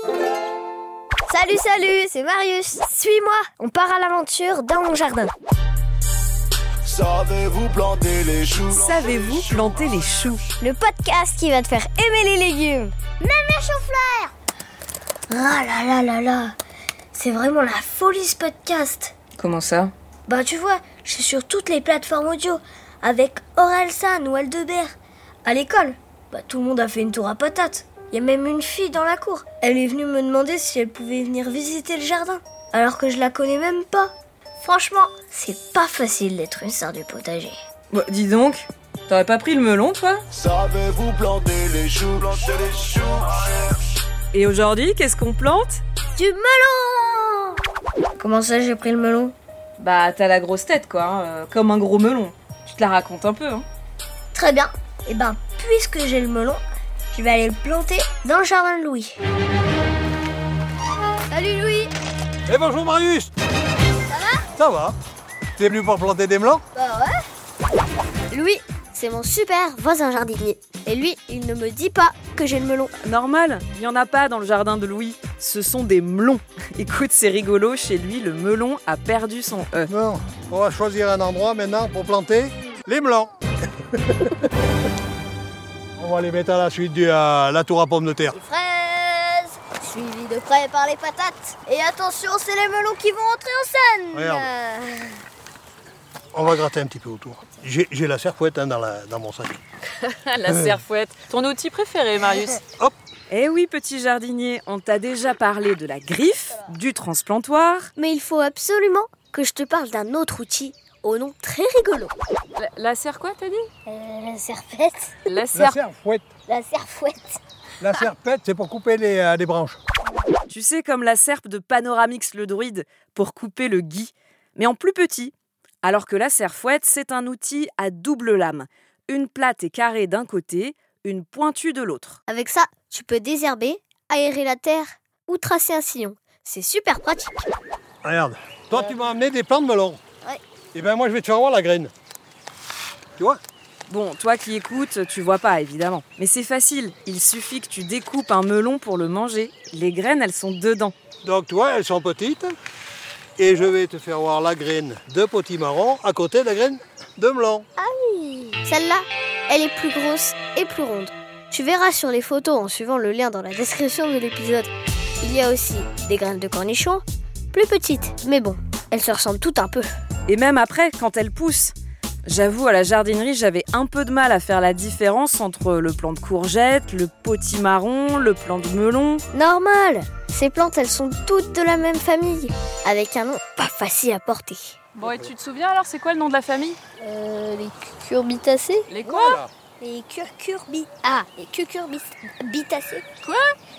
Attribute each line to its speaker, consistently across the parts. Speaker 1: Philisicas
Speaker 2: Salut, salut, c'est Marius. Suis-moi, on part à l'aventure dans mon jardin.
Speaker 3: Savez-vous planter les choux
Speaker 4: Savez-vous planter les choux
Speaker 2: Le podcast qui va te faire aimer les légumes.
Speaker 1: Même les choux-fleurs
Speaker 2: Ah là là là là C'est vraiment la folie ce podcast
Speaker 4: Comment ça
Speaker 2: Bah tu vois, je suis sur toutes les plateformes audio, avec Orelsan ou Aldebert. À l'école, bah tout le monde a fait une tour à patate. Il y a même une fille dans la cour. Elle est venue me demander si elle pouvait venir visiter le jardin, alors que je la connais même pas. Franchement, c'est pas facile d'être une star du potager.
Speaker 4: Bah dis donc, t'aurais pas pris le melon toi
Speaker 3: Savez-vous planter les choux Planter les choux
Speaker 4: Et aujourd'hui, qu'est-ce qu'on plante
Speaker 2: Du melon Comment ça j'ai pris le melon
Speaker 4: Bah t'as la grosse tête quoi, hein, euh, comme un gros melon. Je te la raconte un peu. Hein.
Speaker 2: Très bien. Et ben, puisque j'ai le melon, je vais aller le planter dans le jardin de Louis. Salut Louis
Speaker 5: Eh bonjour Marius Ça va Ça va T'es venu pour planter des melons
Speaker 2: Bah ouais Louis, c'est mon super voisin jardinier. Et lui, il ne me dit pas que j'ai le melon.
Speaker 4: Normal, il n'y en a pas dans le jardin de Louis. Ce sont des melons. Écoute, c'est rigolo, chez lui, le melon a perdu son E.
Speaker 5: Bon, on va choisir un endroit maintenant pour planter les melons. on va les mettre à la suite de la tour à pommes de terre.
Speaker 1: Les fraises Suivies de près par les patates. Et attention, c'est les melons qui vont entrer en scène
Speaker 5: Regarde.
Speaker 1: Euh,
Speaker 5: On va gratter un petit peu autour. J'ai j'ai la serfouette hein, dans, la- dans mon sac.
Speaker 6: la serfouette. Ton outil préféré, Marius
Speaker 4: Eh oui, petit jardinier, on t'a déjà parlé de la griffe, du transplantoir.
Speaker 2: Mais il faut absolument que je te parle d'un autre outil au nom très rigolo.
Speaker 6: La, la serre quoi, t'as dit
Speaker 1: euh, La serpette
Speaker 6: La serre.
Speaker 5: serfouette.
Speaker 1: La serfouette
Speaker 5: La serpette, c'est pour couper les, euh, les branches.
Speaker 4: Tu sais, comme la serpe de Panoramix le druide pour couper le gui, mais en plus petit. Alors que la serfouette, c'est un outil à double lame. Une plate et carrée d'un côté, une pointue de l'autre.
Speaker 2: Avec ça, tu peux désherber, aérer la terre ou tracer un sillon. C'est super pratique.
Speaker 5: Regarde. Toi, tu m'as amené des plants de melons.
Speaker 1: Ouais.
Speaker 5: Et ben moi, je vais te faire voir la graine. Tu vois
Speaker 4: Bon, toi qui écoutes, tu vois pas évidemment. Mais c'est facile, il suffit que tu découpes un melon pour le manger. Les graines, elles sont dedans.
Speaker 5: Donc tu vois, elles sont petites. Et je vais te faire voir la graine de potimarron à côté de la graine de melon.
Speaker 2: Celle-là, elle est plus grosse et plus ronde. Tu verras sur les photos en suivant le lien dans la description de l'épisode. Il y a aussi des graines de cornichons, plus petites, mais bon, elles se ressemblent toutes un peu.
Speaker 4: Et même après, quand elles poussent. J'avoue, à la jardinerie, j'avais un peu de mal à faire la différence entre le plant de courgette, le potimarron, le plant de melon.
Speaker 2: Normal Ces plantes, elles sont toutes de la même famille, avec un nom pas facile à porter.
Speaker 6: Bon, et tu te souviens alors, c'est quoi le nom de la famille
Speaker 1: Euh, les cucurbitacées
Speaker 6: Les quoi
Speaker 1: Les cucurbi... Ah, les cucurbitacées Quoi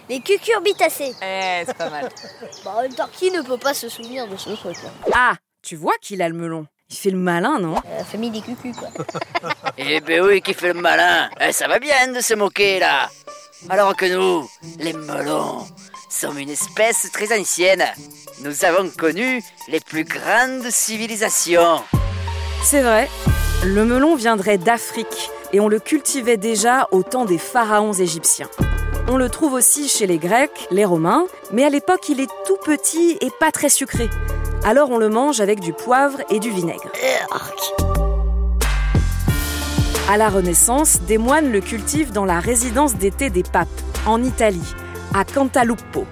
Speaker 1: Les cucurbitacées
Speaker 6: Eh, c'est pas mal.
Speaker 1: Bah, en même temps, qui ne peut pas se souvenir de ce truc-là
Speaker 4: Ah, tu vois qu'il a le melon. Il fait le malin, non
Speaker 1: La famille des cucus, quoi.
Speaker 7: Eh ben oui, qui fait le malin Eh, Ça va bien de se moquer là Alors que nous, les melons, sommes une espèce très ancienne. Nous avons connu les plus grandes civilisations.
Speaker 4: C'est vrai. Le melon viendrait d'Afrique et on le cultivait déjà au temps des pharaons égyptiens. On le trouve aussi chez les Grecs, les Romains, mais à l'époque il est tout petit et pas très sucré. Alors on le mange avec du poivre et du vinaigre.
Speaker 2: Euh,
Speaker 4: À la Renaissance, des moines le cultivent dans la résidence d'été des papes, en Italie, à Cantalupo,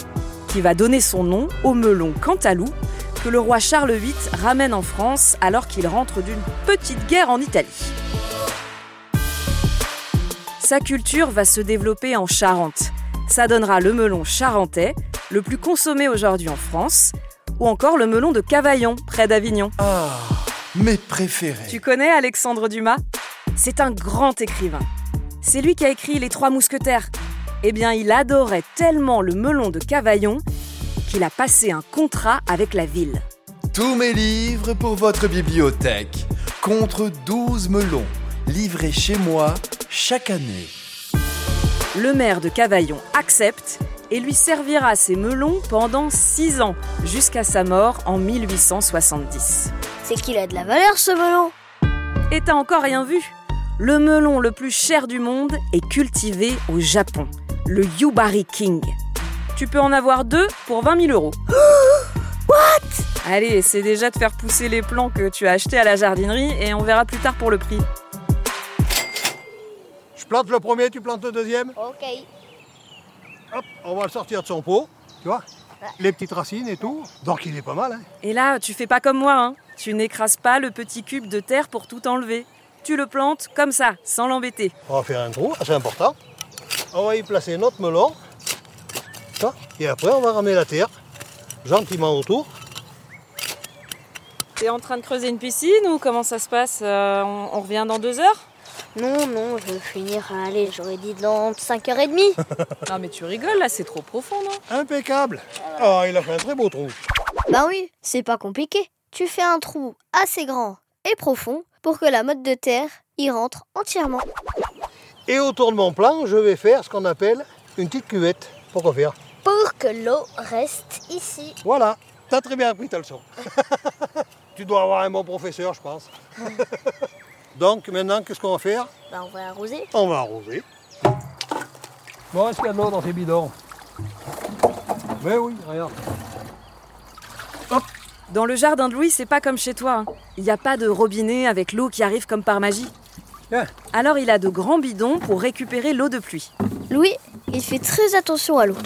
Speaker 4: qui va donner son nom au melon Cantalou, que le roi Charles VIII ramène en France alors qu'il rentre d'une petite guerre en Italie. Sa culture va se développer en Charente. Ça donnera le melon charentais, le plus consommé aujourd'hui en France, ou encore le melon de Cavaillon, près d'Avignon.
Speaker 5: Ah, mes préférés.
Speaker 4: Tu connais Alexandre Dumas C'est un grand écrivain. C'est lui qui a écrit Les Trois Mousquetaires. Eh bien, il adorait tellement le melon de Cavaillon qu'il a passé un contrat avec la ville.
Speaker 8: Tous mes livres pour votre bibliothèque, contre 12 melons, livrés chez moi chaque année.
Speaker 4: Le maire de Cavaillon accepte et lui servira ses melons pendant 6 ans, jusqu'à sa mort en 1870.
Speaker 2: C'est qu'il a de la valeur, ce melon
Speaker 4: Et t'as encore rien vu Le melon le plus cher du monde est cultivé au Japon, le Yubari King. Tu peux en avoir deux pour 20 000 euros. What Allez, c'est déjà de faire pousser les plants que tu as achetés à la jardinerie et on verra plus tard pour le prix.
Speaker 5: Je plante le premier, tu plantes le deuxième.
Speaker 2: Ok.
Speaker 5: Hop, on va le sortir de son pot, tu vois. Les petites racines et tout. Donc il est pas mal. Hein.
Speaker 4: Et là, tu fais pas comme moi, hein. Tu n'écrases pas le petit cube de terre pour tout enlever. Tu le plantes comme ça, sans l'embêter.
Speaker 5: On va faire un trou, c'est important. On va y placer notre melon. Ça. Et après, on va ramener la terre gentiment autour.
Speaker 6: T'es en train de creuser une piscine ou comment ça se passe Euh, on, on revient dans deux heures
Speaker 2: Non, non, je veux finir. Allez, j'aurais dit dans 5h30.
Speaker 6: Non mais tu rigoles là, c'est trop profond non
Speaker 5: Impeccable. Ah, il a fait un très beau trou.
Speaker 2: Bah oui, c'est pas compliqué. Tu fais un trou assez grand et profond pour que la motte de terre y rentre entièrement.
Speaker 5: Et autour de mon plan, je vais faire ce qu'on appelle une petite cuvette. Pourquoi faire
Speaker 2: Pour que l'eau reste ici.
Speaker 5: Voilà. T'as très bien appris ta leçon. tu dois avoir un bon professeur, je pense. Donc maintenant, qu'est-ce qu'on va faire
Speaker 2: Bah on va arroser.
Speaker 5: On va arroser. Bon, est-ce qu'il y a de l'eau dans ces bidons Mais oui, regarde.
Speaker 4: Dans le jardin de Louis, c'est pas comme chez toi. hein. Il n'y a pas de robinet avec l'eau qui arrive comme par magie.
Speaker 5: Tiens.
Speaker 4: Alors il a de grands bidons pour récupérer l'eau de pluie.
Speaker 2: Louis, il fait très attention à l'eau.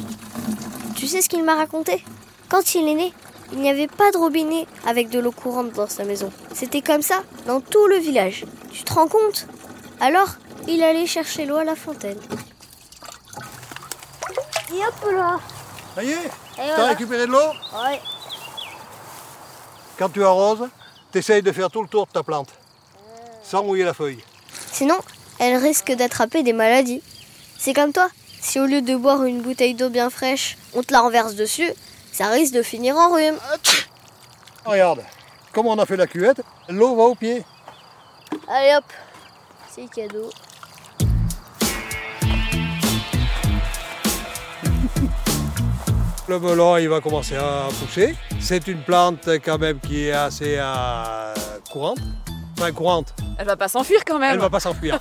Speaker 2: Tu sais ce qu'il m'a raconté Quand il est né, il n'y avait pas de robinet avec de l'eau courante dans sa maison. C'était comme ça dans tout le village. Tu te rends compte Alors, il allait chercher l'eau à la fontaine. Et hop là
Speaker 5: Ça y est, t'as
Speaker 2: voilà.
Speaker 5: récupéré de l'eau
Speaker 2: Ouais,
Speaker 5: Quand tu arroses, t'essayes de faire tout le tour de ta plante, sans mouiller la feuille.
Speaker 2: Sinon, elle risque d'attraper des maladies. C'est comme toi, si au lieu de boire une bouteille d'eau bien fraîche, on te la renverse dessus, ça risque de finir en rhume.
Speaker 5: Regarde, comme on a fait la cuvette, l'eau va au pied.
Speaker 2: Allez hop, c'est cadeau.
Speaker 5: Le melon, il va commencer à pousser. C'est une plante quand même qui est assez euh, courante. Enfin, courante,
Speaker 6: Elle va pas s'enfuir
Speaker 4: Ah
Speaker 6: quand même.
Speaker 5: elle va pas s'enfuir.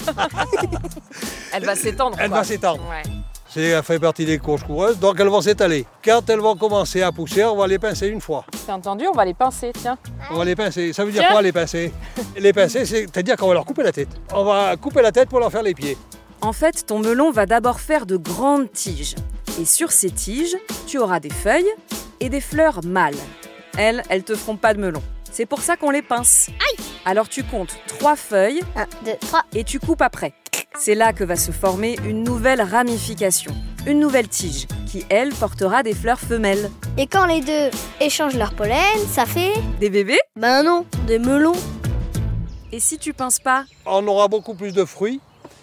Speaker 6: Elle va s'étendre.
Speaker 5: Elle
Speaker 6: quoi.
Speaker 5: va s'étendre.
Speaker 6: Ouais.
Speaker 5: C'est- Elle fait partie des courses coureuses, donc elles vont s'étaler. Quand elles vont commencer à pousser, on va les pincer une fois.
Speaker 6: T'as entendu On va les pincer, tiens.
Speaker 5: On va les pincer. Ça veut dire
Speaker 6: Tiens.
Speaker 5: quoi les pincer Les pincer, c'est-à-dire qu'on va leur couper la tête. On va couper la tête pour leur faire les pieds.
Speaker 4: En fait, ton melon va d'abord faire de grandes tiges. Et sur ces tiges, tu auras des feuilles et des fleurs mâles. Elles, elles te feront pas de melon. C'est pour ça qu'on les pince. Alors tu comptes trois feuilles
Speaker 2: 1, 2, 3.
Speaker 4: et tu coupes après. C'est là que va se former une nouvelle ramification, une nouvelle tige, qui elle portera des fleurs femelles.
Speaker 2: Et quand les deux échangent leur pollen, ça fait
Speaker 4: Des bébés
Speaker 2: Ben non, des melons.
Speaker 4: Et si tu pinces pas
Speaker 5: On aura beaucoup plus de fruits,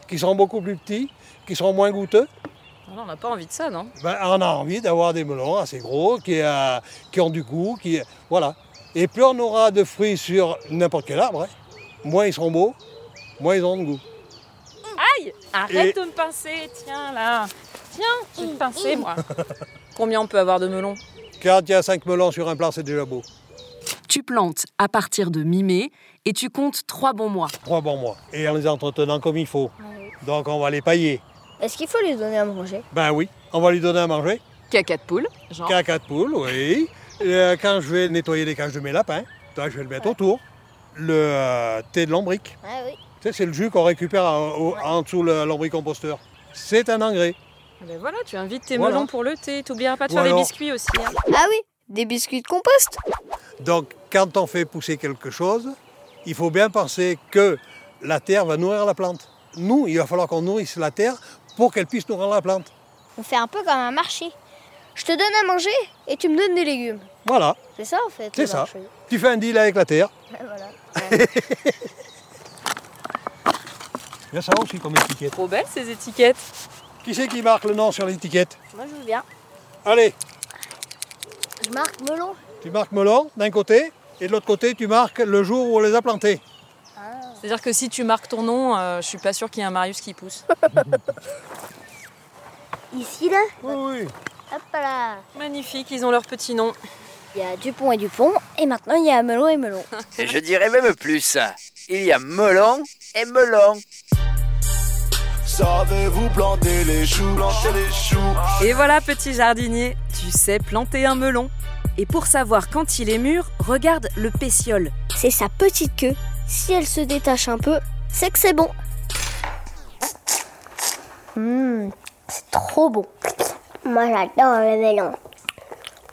Speaker 5: qui seront beaucoup plus petits, qui seront moins goûteux.
Speaker 6: Non, non, on n'a pas envie de ça, non
Speaker 5: Ben, on a envie d'avoir des melons assez gros, qui, euh, qui ont du goût, qui voilà. Et plus on aura de fruits sur n'importe quel arbre, hein, moins ils seront beaux, moins ils auront de goût.
Speaker 6: Aïe Arrête
Speaker 5: Et-
Speaker 6: de me pincer, tiens là. Tiens, je vais te pincer moi. Combien on peut avoir de melons
Speaker 5: Quand il y a 5 melons sur un plant, c'est déjà beau.
Speaker 4: Tu plantes à partir de mi-mai et tu comptes trois bons mois.
Speaker 5: Trois bons mois. Et en les entretenant comme il faut. Donc on va les pailler.
Speaker 2: Est-ce qu'il faut les donner à manger
Speaker 5: Ben oui, on va lui donner à manger.
Speaker 6: Caca de poule, genre.
Speaker 5: Caca de poule, oui. Euh, quand je vais nettoyer les cages de mes lapins, toi, je vais le mettre autour. Le euh, thé de lombric,
Speaker 2: Ah oui.
Speaker 5: tu sais, c'est le jus qu'on récupère en, au- en dessous le lombricomposteur. C'est un engrais.
Speaker 6: Ben voilà, tu invites tes
Speaker 5: Voilà.
Speaker 6: melons pour le thé. T'oublieras pas de
Speaker 5: Ou
Speaker 6: faire
Speaker 5: alors-
Speaker 6: les biscuits aussi. hein.
Speaker 2: Ah oui, des biscuits de compost.
Speaker 5: Donc, quand on fait pousser quelque chose, il faut bien penser que la terre va nourrir la plante. Nous, il va falloir qu'on nourrisse la terre pour qu'elle puisse nourrir la plante.
Speaker 2: On fait un peu comme un marché. Je te donne à manger et tu me donnes des légumes.
Speaker 5: Voilà,
Speaker 2: C'est ça en fait
Speaker 5: c'est
Speaker 2: le
Speaker 5: ça.
Speaker 2: marché.
Speaker 5: Tu fais un deal avec la terre.
Speaker 2: Ouais, voilà.
Speaker 5: Il y a ça aussi comme étiquette.
Speaker 6: Trop belles ces étiquettes.
Speaker 5: Qui c'est qui marque le nom sur l'étiquette
Speaker 2: Moi je veux bien.
Speaker 5: Allez,
Speaker 2: Je marque melon.
Speaker 5: Tu marques melon d'un côté et de l'autre côté tu marques le jour où on les a plantés.
Speaker 6: C'est-à-dire que si tu marques ton nom, euh, je suis pas sûre qu'il y ait un Marius qui pousse.
Speaker 2: Ici là
Speaker 5: Oui, oui.
Speaker 2: Hop là
Speaker 6: Magnifique, ils ont leur petit nom.
Speaker 2: Il y a Dupont et Dupont, et maintenant il y a Melon et Melon.
Speaker 7: Je dirais même plus. Il y a melon et melon.
Speaker 8: Savez-vous planter les choux, planter les choux
Speaker 4: Et voilà, petit jardinier, tu sais planter un melon. Et pour savoir quand il est mûr, regarde le pétiole.
Speaker 2: C'est sa petite queue. Si elle se détache un peu, c'est que c'est bon.
Speaker 9: Mmh, c'est trop bon. Moi, j'adore le melon.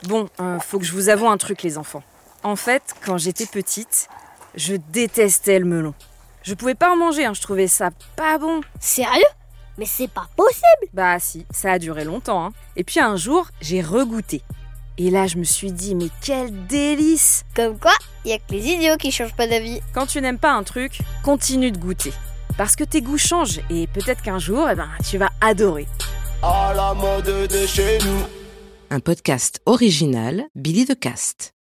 Speaker 4: Bon, euh, faut que je vous avoue un truc, les enfants. En fait, quand j'étais petite, je détestais le melon. Je pouvais pas en manger, hein, je trouvais ça pas bon.
Speaker 9: Sérieux Mais c'est pas possible
Speaker 4: Bah si, ça a duré longtemps. hein. Et puis un jour, j'ai regoûté. Et là, je me suis dit, mais quel délice
Speaker 2: Comme quoi, il y a que les idiots qui changent pas d'avis.
Speaker 4: Quand tu n'aimes pas un truc, continue de goûter. Parce que tes goûts changent et peut-être qu'un jour, eh ben, tu vas adorer.
Speaker 8: À la mode de chez nous
Speaker 10: Un podcast original Billy de Cast.